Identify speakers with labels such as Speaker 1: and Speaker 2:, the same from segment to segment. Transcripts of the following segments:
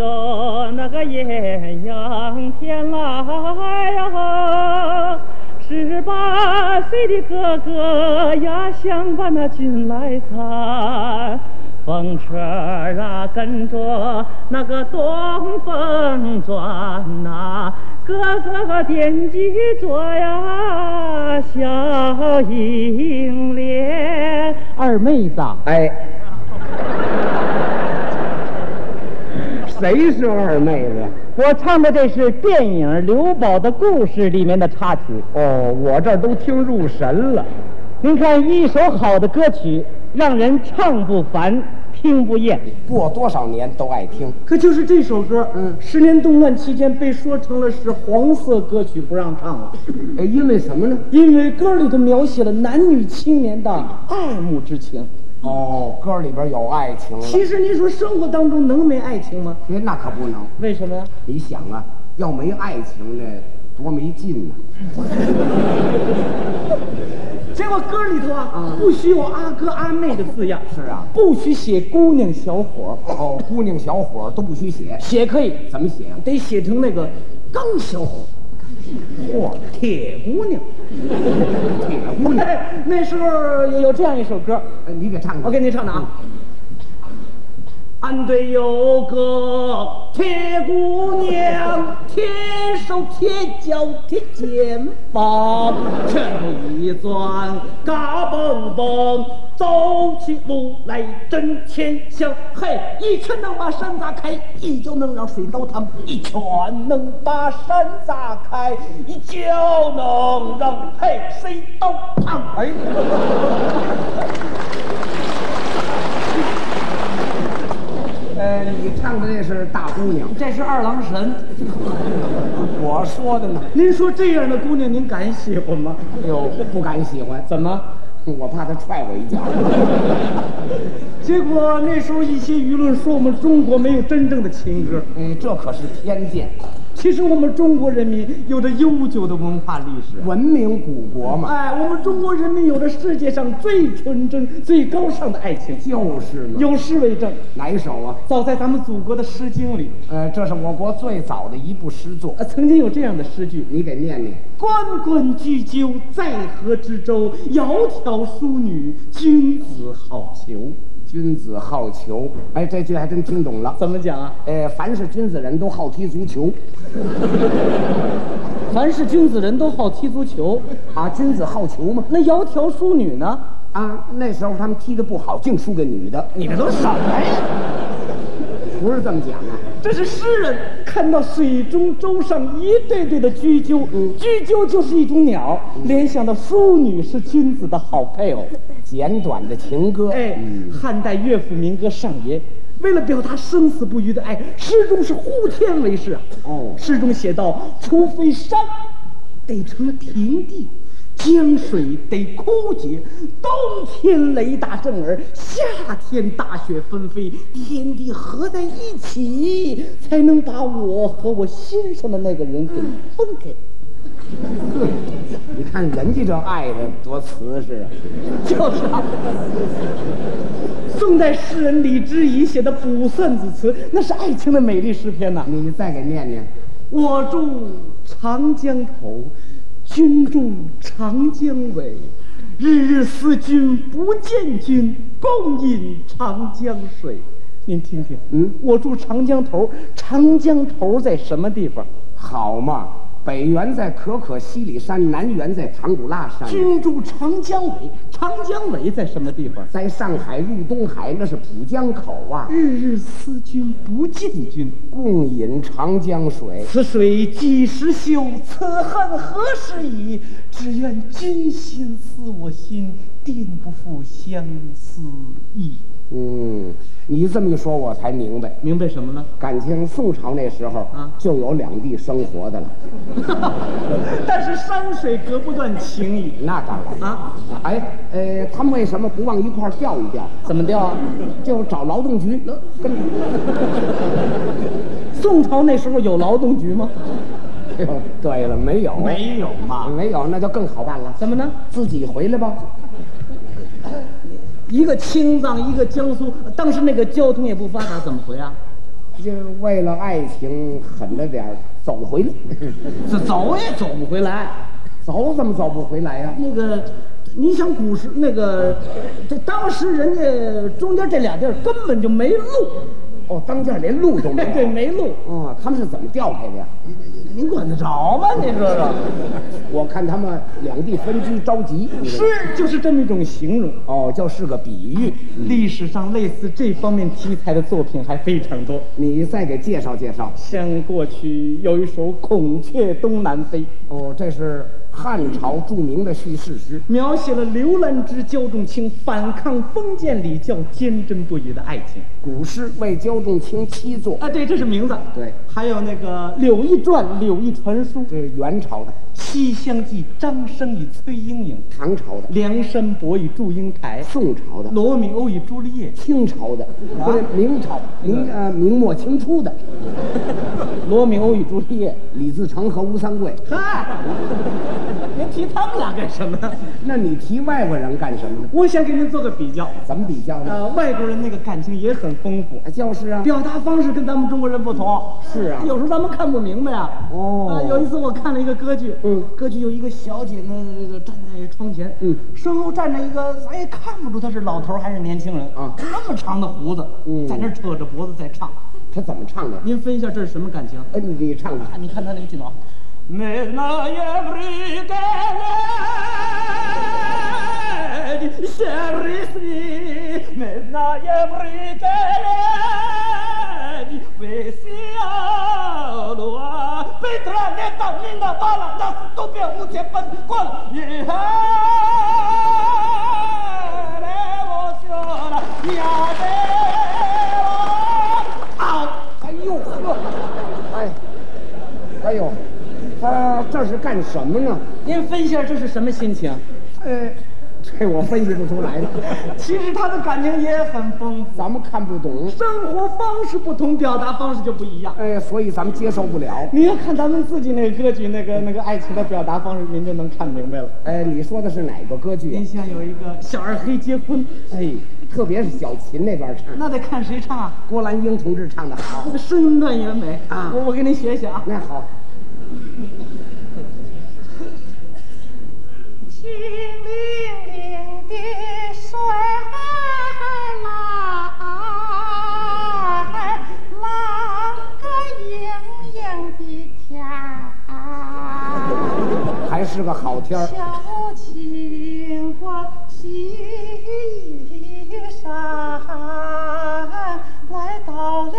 Speaker 1: 我那个艳阳天来呀、十八岁的哥哥呀，想把那军来参。风车儿啊，跟着那个东风转呐、哥哥惦记着呀，小英莲。
Speaker 2: 二妹子，
Speaker 3: 哎，谁是二妹子？
Speaker 2: 我唱的这是电影《刘宝的故事》里面的插曲。
Speaker 3: 哦，我这都听入神了。
Speaker 2: 您看，一首好的歌曲，让人唱不烦，听不厌。
Speaker 3: 过多少年都爱听。
Speaker 4: 可就是这首歌，嗯，十年动乱期间被说成了是黄色歌曲，不让唱了，
Speaker 3: 哎，因为什么呢？
Speaker 4: 因为歌里头描写了男女青年的爱慕之情。
Speaker 3: 哦，歌里边有爱情了。
Speaker 4: 其实您说生活当中能没爱情吗？
Speaker 3: 哎，那可不能。
Speaker 4: 为什么呀？
Speaker 3: 你想啊，要没爱情呢，多没劲呢、
Speaker 4: 结果歌里头啊，不许有阿哥阿妹的字样，
Speaker 3: 是啊，
Speaker 4: 不许写姑娘小伙，
Speaker 3: 哦，姑娘小伙儿都不许写，
Speaker 4: 写可以，
Speaker 3: 怎么写啊？
Speaker 4: 得写成那个刚小伙、
Speaker 3: 嚯、
Speaker 4: 铁姑 娘。
Speaker 3: 铁姑娘，
Speaker 4: 哎， 那时候有这样一首歌，
Speaker 3: 哎你给唱唱。
Speaker 4: 我给你唱的啊。俺队有个铁姑娘，铁手铁脚铁肩膀，拳头一攥，嘎嘣嘣，走起路来真天香。嘿，一拳能把山砸开，一脚能让水倒塌，一拳能把山砸开，一脚能让嘿水倒塌。哎。
Speaker 3: 呃，你唱的那是大姑娘，
Speaker 4: 这是二郎神。
Speaker 3: 我说的呢，
Speaker 4: 您说这样的姑娘，您敢喜欢吗？
Speaker 3: 哎呦，不敢喜欢，
Speaker 4: 怎么？
Speaker 3: 我怕她踹我一脚。
Speaker 4: 结果那时候一些舆论说我们中国没有真正的情歌，
Speaker 3: 哎，这可是偏见，
Speaker 4: 其实我们中国人民有着悠久的文化历史。
Speaker 3: 文明古国嘛，
Speaker 4: 哎，我们中国人民有着世界上最纯真、最高尚的爱情，
Speaker 3: 就是嘛。
Speaker 4: 有诗为证。
Speaker 3: 哪一首啊？
Speaker 4: 早在咱们祖国的《诗经》里，
Speaker 3: 呃，这是我国最早的一部诗作，
Speaker 4: 呃，曾经有这样的诗句
Speaker 3: 你给念念。：“
Speaker 4: 关关雎鸠，在河之洲。窈窕淑女，君子好逑。
Speaker 3: 君子好逑，哎，这句还真听懂了”。
Speaker 4: 怎么讲啊？
Speaker 3: 呃，凡是君子人都好踢足球
Speaker 4: 凡是君子人都好踢足球，
Speaker 3: 啊，君子好逑嘛。
Speaker 4: 那窈窕淑女呢？
Speaker 3: 啊，那时候他们踢的不好，净输给女的。
Speaker 4: 你这都什么呀？
Speaker 3: 不是这么讲啊，
Speaker 4: 这是诗人看到水中洲上一对对的雎鸠，雎鸠就是一种鸟，联想到淑女是君子的好配偶。
Speaker 3: 简短的情歌。嗯
Speaker 4: 哎，汉代乐府民歌上吟，为了表达生死不渝的爱，诗中是呼天为誓啊。
Speaker 3: 哦
Speaker 4: 诗中写道：“除非山得成了平地，江水得枯竭，冬天雷打震耳，夏天大雪纷飞，天地合在一起，才能把我和我心上的那个人给分开。”
Speaker 3: 你看人家这爱的多瓷实啊！
Speaker 4: 就是啊。宋代诗人李之仪写的《卜算子词》，那是爱情的美丽诗篇呐、
Speaker 3: 你再给念念，
Speaker 4: 我住长江头，君住长江尾。日日思君不见君，共饮长江水。您听听，
Speaker 3: 嗯
Speaker 4: 我住长江头，长江头在什么地方？
Speaker 3: 好嘛，北缘在可可西里山，南缘在唐古拉山，
Speaker 4: 君住长江尾，长江尾在什么地方？
Speaker 3: 在上海入东海，那是浦江口啊。
Speaker 4: 日日思君不见君，
Speaker 3: 共饮长江水，
Speaker 4: 此水几时休？此恨何时已？只愿君心似我心，定不负相思意。
Speaker 3: 嗯，你这么一说，我才明白，
Speaker 4: 明白什么了？
Speaker 3: 感情宋朝那时候
Speaker 4: 啊
Speaker 3: 就有两地生活的了。
Speaker 4: 但是山水隔不断情谊
Speaker 3: 那当然
Speaker 4: 啊！
Speaker 3: 哎，呃，他们为什么不往一块儿调一调？
Speaker 4: 怎么调啊？
Speaker 3: 就找劳动局，那跟，
Speaker 4: 宋朝那时候有劳动局吗？
Speaker 3: 哎呦对了，没有，啊
Speaker 4: 没有嘛
Speaker 3: 没有，那就更好办了。
Speaker 4: 怎么呢？
Speaker 3: 自己回来吧。
Speaker 4: 一个青藏，一个江苏，当时那个交通也不发达，怎么回啊？
Speaker 3: 就为了爱情狠了点儿，走回来，
Speaker 5: 这走也走不回来。
Speaker 3: 走怎么走不回来呀、
Speaker 5: 那个，你想古时那个，这当时人家中间这俩地儿根本就没路，
Speaker 3: 哦，当家连路都没有。
Speaker 5: 对，没路，
Speaker 3: 哦，他们是怎么调配的呀？
Speaker 5: 您管得着吗？您说说，
Speaker 3: 我看他们两地分居着急，你这
Speaker 5: 是就是这么一种形容。
Speaker 3: 哦，就是个比喻。
Speaker 5: 历史上类似这方面题材的作品还非常多，
Speaker 3: 你再给介绍介绍。
Speaker 5: 像过去有一首《孔雀东南飞》，
Speaker 3: 哦，这是汉朝著名的叙事诗。
Speaker 5: 描写了刘兰芝、焦仲卿反抗封建礼教、坚贞不渝的爱情。
Speaker 3: 古诗为焦仲卿七作，
Speaker 5: 啊，对，这是名字。
Speaker 3: 对
Speaker 5: 还有那个《柳毅传》《柳毅传书》《
Speaker 3: 这是元朝的、
Speaker 5: 西厢记》张生与崔莺莺，
Speaker 3: 唐朝的、
Speaker 5: 梁山伯与祝英台，
Speaker 3: 宋朝的、
Speaker 5: 罗密欧与朱丽叶，
Speaker 3: 清朝的、不是明朝、明呃明末清初的，
Speaker 5: 罗密欧与朱丽 叶。
Speaker 3: 李自成和吴三桂。
Speaker 5: 嗨，您提他们俩干什么？
Speaker 3: 那你提外国人干什么呢？
Speaker 5: 我想给您做个比较。
Speaker 3: 怎么比较呢？
Speaker 5: 呃，外国人那个感情也很丰富，
Speaker 3: 就是啊，
Speaker 5: 表达方式跟咱们中国人不同。
Speaker 3: 是啊
Speaker 5: 有时候咱们看不明白啊。
Speaker 3: 哦
Speaker 5: 啊有一次我看了一个歌剧，
Speaker 3: 嗯
Speaker 5: 歌剧有一个小姐呢站在窗前，
Speaker 3: 嗯，
Speaker 5: 身后站着一个咱也看不出她是老头儿还是年轻人
Speaker 3: 啊
Speaker 5: 那么长的胡子，
Speaker 3: 嗯
Speaker 5: 在那儿扯着脖子在唱。
Speaker 3: 他怎么唱的？
Speaker 5: 您分一下这是什么感情？
Speaker 3: 哎，你你唱吧。
Speaker 5: 啊，你看他那个镜头。
Speaker 3: 哎呦呵，哎，哎呦，他这是干什么呢？
Speaker 5: 您分析下这是什么心情？
Speaker 3: 呃，这我分析不出来了，
Speaker 5: 其实他的感情也很丰富，
Speaker 3: 咱们看不懂，
Speaker 5: 生活方式不同，表达方式就不一样。
Speaker 3: 哎，所以咱们接受不了。
Speaker 5: 你要看咱们自己那个歌剧，那个那个爱情的表达方式，您就能看明白了。
Speaker 3: 哎，你说的是哪个歌剧
Speaker 5: 您
Speaker 6: 哎
Speaker 3: 啊？
Speaker 5: 像有一个小二黑结婚，
Speaker 3: 哎，特别是小琴那段唱，
Speaker 5: 那得看谁唱啊，
Speaker 3: 郭兰英同志唱的好。
Speaker 5: 身段也美
Speaker 3: 啊
Speaker 5: 我我给您学学啊。
Speaker 3: 那好，
Speaker 6: 清灵灵的水来，啷个盈盈的天儿，
Speaker 3: 还是个好天儿。
Speaker 6: 小青花洗衣裳，来到了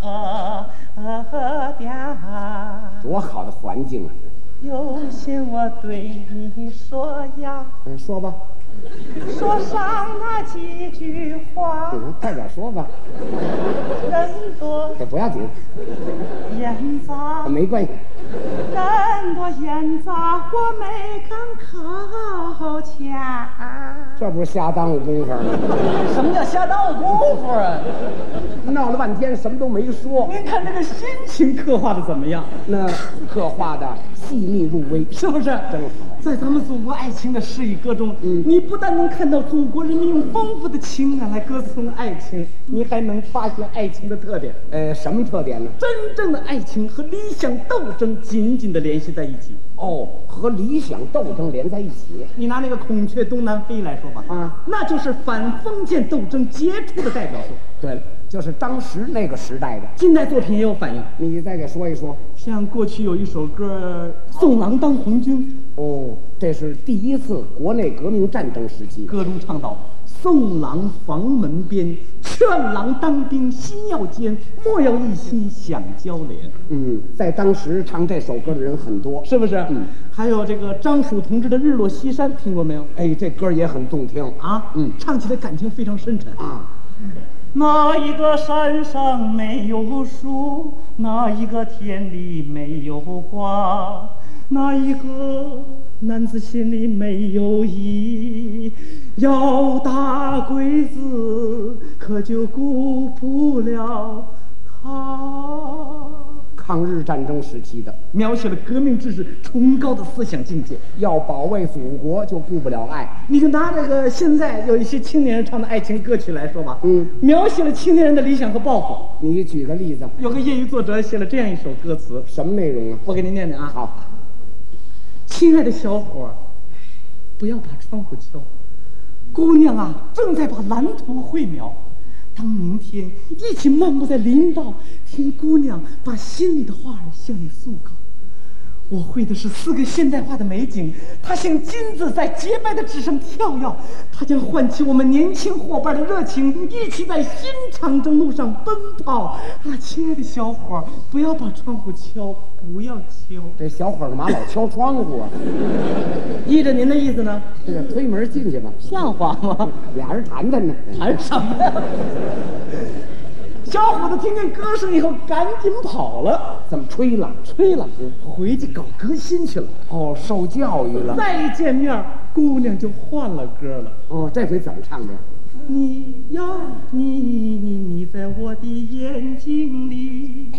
Speaker 6: 河河边。
Speaker 3: 多好的环境啊！
Speaker 6: 有心我对你说呀，
Speaker 3: 嗯，说吧，
Speaker 6: 说上那几句话，
Speaker 3: 嗯，快点说吧，
Speaker 6: 人多
Speaker 3: 这不要紧，啊
Speaker 6: 眼杂，
Speaker 3: 没关系。
Speaker 6: 人多眼杂，我没敢靠前。
Speaker 3: 这不是瞎耽误工夫吗？
Speaker 5: 什么叫瞎耽误功夫啊？
Speaker 3: 闹了半天什么都没说，
Speaker 5: 您看这个心情刻画的怎么样？
Speaker 3: 那刻画的细腻入微。
Speaker 5: 是不是？
Speaker 3: 真好
Speaker 5: 在咱们祖国爱情的诗与歌中，
Speaker 3: 嗯
Speaker 5: 你不但能看到祖国人民用丰富的情感来歌颂爱情，你还能发现爱情的特点。
Speaker 3: 哎呃，什么特点呢？
Speaker 5: 真正的爱情和理想斗争紧紧的联系在一起。
Speaker 3: 哦，和理想斗争连在一起。
Speaker 5: 你拿那个《孔雀东南飞》来说吧，
Speaker 3: 啊
Speaker 5: 那就是反封建斗争杰出的代表作。
Speaker 3: 对了，就是当时那个时代的。
Speaker 5: 近代作品也有反映，
Speaker 3: 你再给说一说。
Speaker 5: 像过去有一首歌《送郎当红军
Speaker 3: 哦，这是第一次国内革命战争时期》，。
Speaker 5: 歌中倡导“送郎房门边，劝郎当兵心要坚，莫要一心想交联
Speaker 3: 嗯，在当时唱这首歌的人很多”，。
Speaker 5: 是不是？
Speaker 3: 嗯。
Speaker 5: 还有这个张曙同志的《日落西山》，听过没有？
Speaker 3: 哎，这歌也很动听
Speaker 5: 啊，
Speaker 3: 嗯
Speaker 5: 唱起来感情非常深沉。
Speaker 3: 啊！
Speaker 4: 哪一个山上没有树？哪一个田里没有瓜？哪一个男子心里没有意？要打鬼子，可就顾不了他。
Speaker 3: 抗日战争时期的。
Speaker 5: 描写了革命志士崇高的思想境界。
Speaker 3: 要保卫祖国，就顾不了爱。
Speaker 5: 你就拿这个现在有一些青年人唱的爱情歌曲来说吧，
Speaker 3: 嗯
Speaker 5: 描写了青年人的理想和抱负。
Speaker 3: 你举个例子，
Speaker 5: 有个业余作者写了这样一首歌词，
Speaker 3: 什么内容啊？
Speaker 5: 我给您念念啊。
Speaker 3: 好，
Speaker 5: 亲爱的小伙儿，不要把窗户敲。姑娘啊，正在把蓝图绘描。当明天一起漫步在林道，听姑娘把心里的话儿向你诉告。我会的是四个现代化的美景，它像金子在洁白的纸上跳跃，它将唤起我们年轻伙伴的热情，一起在新长征路上奔跑。啊，亲爱的小伙儿，不要把窗户敲，不要敲。
Speaker 3: 这小伙儿干嘛老敲窗户啊？
Speaker 5: 依着您的意思呢，
Speaker 3: 这个推门进去吧，
Speaker 5: 像话吗？
Speaker 3: 俩人谈谈呢。
Speaker 5: 谈什么呀？ 小伙子听见歌声以后，赶紧跑了，
Speaker 3: 怎么啊吹了？嗯
Speaker 5: 吹了，回去搞革新去了。
Speaker 3: 哦，受教育了。
Speaker 5: 再一见面，姑娘就换了歌了。
Speaker 3: 哦，这回怎么唱的？
Speaker 5: 你呀，你你你你在我的眼睛里，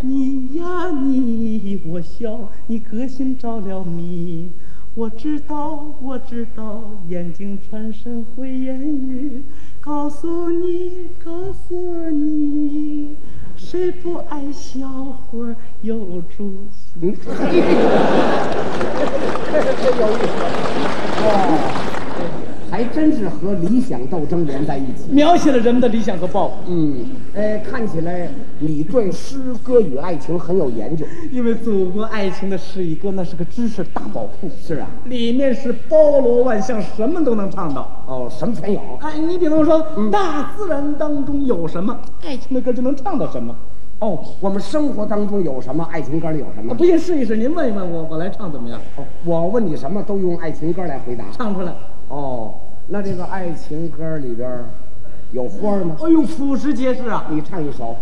Speaker 5: 你呀你我笑，你革新着了迷。我知道，我知道，眼睛穿身会言语，告诉你，告诉你，谁不爱小伙儿有出息？
Speaker 3: 哦还真是和理想斗争连在一起。
Speaker 5: 描写了人们的理想和抱负。
Speaker 3: 嗯，呃，看起来你对诗歌与爱情很有研究。
Speaker 5: 因为祖国爱情的诗一个，那是个知识大宝库，
Speaker 3: 是啊，
Speaker 5: 里面是包罗万象，什么都能唱到。
Speaker 3: 哦，什么全有。
Speaker 5: 哎，你比方说，
Speaker 4: 嗯
Speaker 5: 大自然当中有什么，爱情的歌就能唱到什么。
Speaker 3: 哦，我们生活当中有什么，爱情歌里有什么
Speaker 5: 啊、？不信试一试，您问一问我，我来唱怎么样？
Speaker 3: 哦我问你什么都用爱情歌来回答。
Speaker 5: 唱出来。哎
Speaker 3: 哦，那这个爱情歌里边儿有花吗？
Speaker 5: 哎呦，俯拾皆是啊！
Speaker 3: 你唱一首。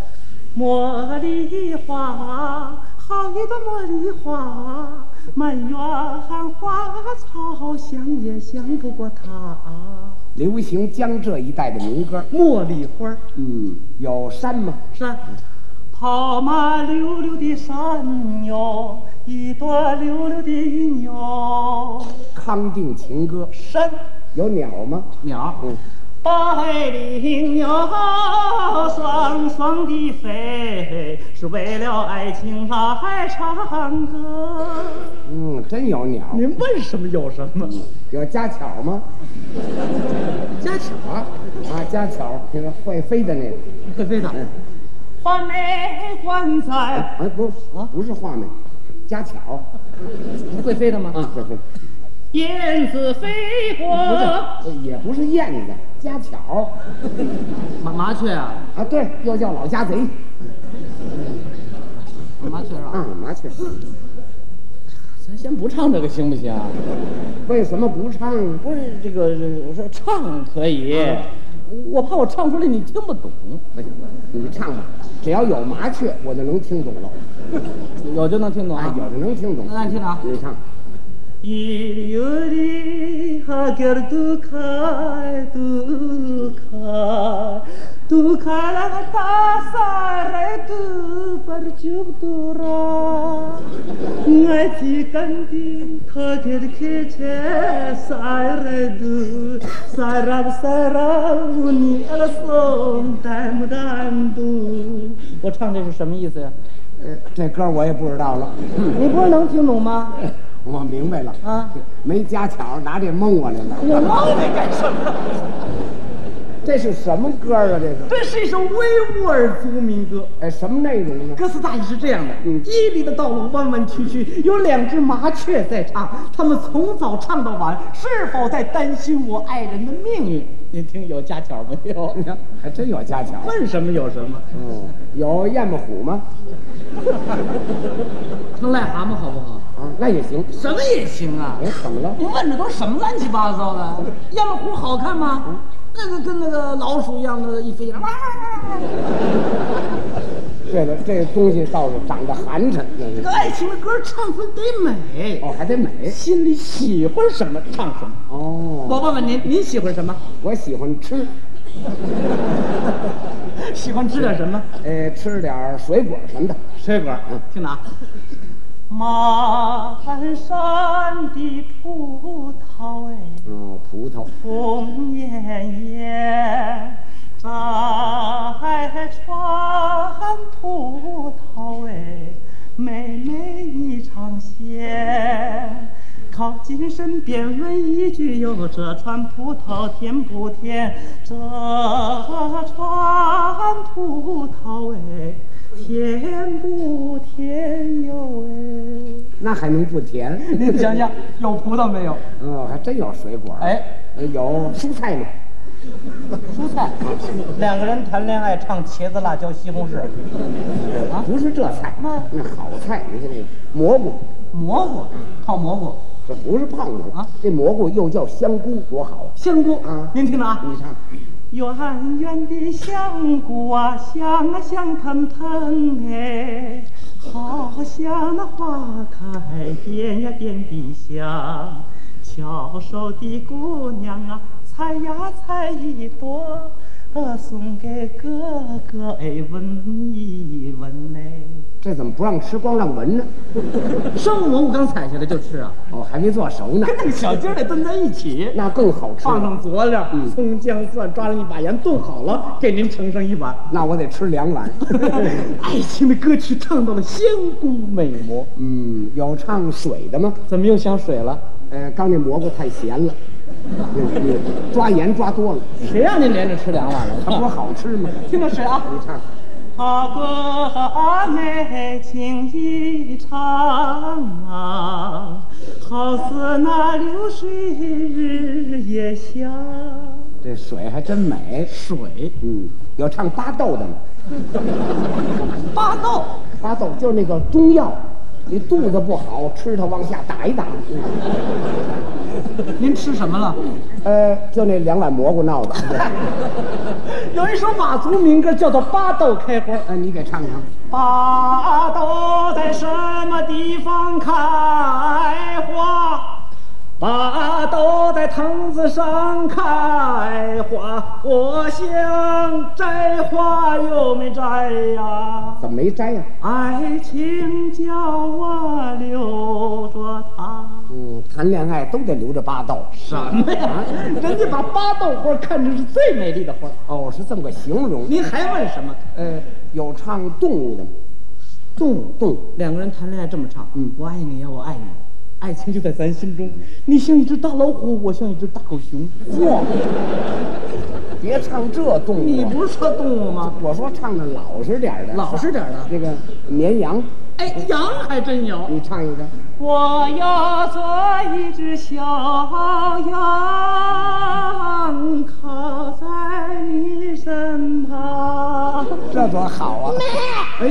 Speaker 4: 茉莉花，好一朵茉莉花，满园花草香也香不过它。
Speaker 3: 流行江浙一带的民歌。
Speaker 5: 茉莉花
Speaker 3: 嗯，有山吗？
Speaker 5: 山，
Speaker 4: 跑马溜溜的山哟，一朵溜溜的云哟，
Speaker 3: 康定情歌。
Speaker 4: 山
Speaker 3: 有鸟吗？
Speaker 5: 鸟，
Speaker 4: 百灵鸟啊双双地飞，是为了爱情来唱歌。嗯
Speaker 3: 嗯，真有鸟。
Speaker 5: 您问什么有什么？
Speaker 3: 有家巧吗？
Speaker 5: 家巧，
Speaker 3: 啊啊，家巧，那个会飞的那个。
Speaker 5: 会飞的。
Speaker 4: 嗯花没关在
Speaker 3: 哎，不是啊，不是画眉，家
Speaker 5: 啊
Speaker 3: 巧。
Speaker 5: 你会飞的吗？
Speaker 3: 啊，
Speaker 4: 嗯
Speaker 3: 会飞。
Speaker 4: 燕子飞
Speaker 5: 啊
Speaker 4: 过，
Speaker 3: 呃也不是燕子，家巧。
Speaker 5: 麻麻雀啊，
Speaker 3: 啊，对，又叫老家贼。
Speaker 5: 麻雀是吧？
Speaker 3: 啊，麻雀。
Speaker 5: 咱先不唱这个行不行？
Speaker 3: 为什么不唱啊？
Speaker 5: 不是这个，我说唱可以，我怕我唱出来你听不懂。
Speaker 3: 哎你唱吧，只要有麻雀，我就能听懂了。
Speaker 5: 有就能听懂
Speaker 3: 啊，有的能听懂。
Speaker 5: 那你听着啊。
Speaker 3: 你唱。
Speaker 4: 一有的哈格尔杜开杜开，杜开那个大萨来杜巴尔吉杜拉，爱提干的哈格尔克切萨来杜萨拉萨拉乌尼阿拉松丹木丹杜。
Speaker 5: 我唱这是什么意思呀？
Speaker 3: 呃，这歌我也不知道了。
Speaker 5: 你不是能听懂吗？
Speaker 3: 我明白了
Speaker 5: 啊，
Speaker 3: 没家巧，拿这蒙我来了。
Speaker 5: 我猫你干什么？
Speaker 3: 这是什么歌啊？这是？
Speaker 5: 这是一首维吾尔族民歌，
Speaker 3: 哎，什么内容呢？
Speaker 5: 歌词大意是这样的：
Speaker 3: 嗯
Speaker 5: 伊犁的道路弯弯曲曲，有两只麻雀在唱，它们从早唱到晚，是否在担心我爱人的命运？您听有家巧没有？
Speaker 3: 哎还真有家巧。
Speaker 5: 问什么有什么？
Speaker 3: 哦，有燕子虎吗？
Speaker 5: 成癞蛤蟆好不好？
Speaker 3: 啊，那也行。
Speaker 5: 什么也行啊
Speaker 3: 哎，怎么了？
Speaker 5: 您问的都是什么乱七八糟的？燕窝虎好看吗？那个跟那个老鼠一样的，一飞起来，哇！
Speaker 3: 对了，这东西倒是长得寒碜，真
Speaker 5: 这
Speaker 3: 是
Speaker 5: 个爱情的歌唱出来得美，
Speaker 3: 哦，还得美。
Speaker 5: 心里喜欢什么唱什么。
Speaker 3: 哦，
Speaker 5: 我问问您，您喜欢什么？
Speaker 3: 我喜欢吃。
Speaker 5: 喜欢吃点什么？
Speaker 3: 呃，吃点儿水果什么的。
Speaker 5: 水果。听哪？
Speaker 4: 马鞍山的葡萄哎，
Speaker 3: 嗯，葡萄。
Speaker 4: 红艳艳，在船葡萄哎，妹妹你尝鲜。靠近身边问一句哟，这船葡萄甜不甜？这船葡萄哎，甜不甜哟哎？
Speaker 3: 那还能不甜？
Speaker 5: 您想想，有葡萄没有？
Speaker 3: 哦，还真有水果。
Speaker 5: 哎
Speaker 3: 呃，有蔬菜吗？
Speaker 7: 蔬菜，两个人谈恋爱唱茄子、辣椒、西红柿，
Speaker 3: 呃
Speaker 7: 啊
Speaker 3: 不是这菜，那好菜。你看这个蘑菇，
Speaker 5: 蘑菇，泡蘑菇，
Speaker 3: 这不是胖子
Speaker 5: 啊，
Speaker 3: 这蘑菇又叫香菇，多好啊！
Speaker 5: 香菇。
Speaker 3: 啊
Speaker 5: 您听着啊，
Speaker 3: 你看，
Speaker 4: 圆圆的香菇啊，香啊香喷喷哎，好像那花开遍呀遍地香。巧手的姑娘啊，采呀采一朵，呃，送给哥哥哎，闻一闻哎。
Speaker 3: 这怎么不让吃，光让闻呢？
Speaker 5: 生蘑菇刚采下来就吃啊，
Speaker 3: 哦，还没做熟呢，
Speaker 5: 跟那个小鸡儿得炖在一
Speaker 4: 嗯
Speaker 5: 起。
Speaker 3: 那更好吃。
Speaker 5: 放上佐料，
Speaker 3: 嗯
Speaker 5: 葱姜蒜，抓上一把盐，炖好了，给您盛上一碗。
Speaker 3: 那我得吃两碗。
Speaker 5: 爱情的歌曲唱到了仙姑美魔，
Speaker 3: 嗯，有唱水的吗？
Speaker 5: 怎么又想水了？
Speaker 3: 呃，刚那蘑菇太咸了，你你抓盐抓多了，
Speaker 5: 谁让您连着吃两碗了？
Speaker 3: 它不是好吃吗？
Speaker 5: 听着谁啊？
Speaker 3: 你看，
Speaker 4: 阿哥和阿妹情意长啊，好似那流水日夜下。
Speaker 3: 这水还真美。
Speaker 5: 水
Speaker 3: 嗯，有唱巴豆的吗？
Speaker 5: 巴豆，
Speaker 3: 巴豆就是那个中药，你肚子不好吃它往下打一打。嗯
Speaker 5: 您吃什么了？
Speaker 3: 呃，就那两碗蘑菇闹的。
Speaker 5: 有一首马族民歌叫做《巴豆开花》，
Speaker 3: 呃，你给唱唱。
Speaker 4: 巴豆在什么地方开花？
Speaker 5: 巴豆在藤子上开花，我想摘花又没摘呀、
Speaker 3: 怎么没摘呀、
Speaker 4: 爱情叫我留着它。
Speaker 3: 嗯，谈恋爱都得留着巴豆。
Speaker 5: 什么呀？人家把巴豆花看成是最美丽的花，
Speaker 3: 哦，是这么个形容。
Speaker 5: 您还问什么？
Speaker 3: 呃，有唱动物的吗？
Speaker 5: 动物
Speaker 3: 动物。
Speaker 5: 两个人谈恋爱这么唱，
Speaker 3: 嗯
Speaker 5: 我爱你呀，我爱你，爱情就在咱心中。你像一只大老虎，我像一只大狗熊。
Speaker 3: 嚯！别唱这动物。
Speaker 5: 你不是说动物吗？
Speaker 3: 我说唱的老实点儿的，
Speaker 5: 老实点儿的
Speaker 3: 那个绵羊，
Speaker 5: 哎，羊还真有。
Speaker 3: 你唱一个。
Speaker 4: 我要做一只小羊，靠在你身旁。
Speaker 3: 这多好啊！
Speaker 5: 哎，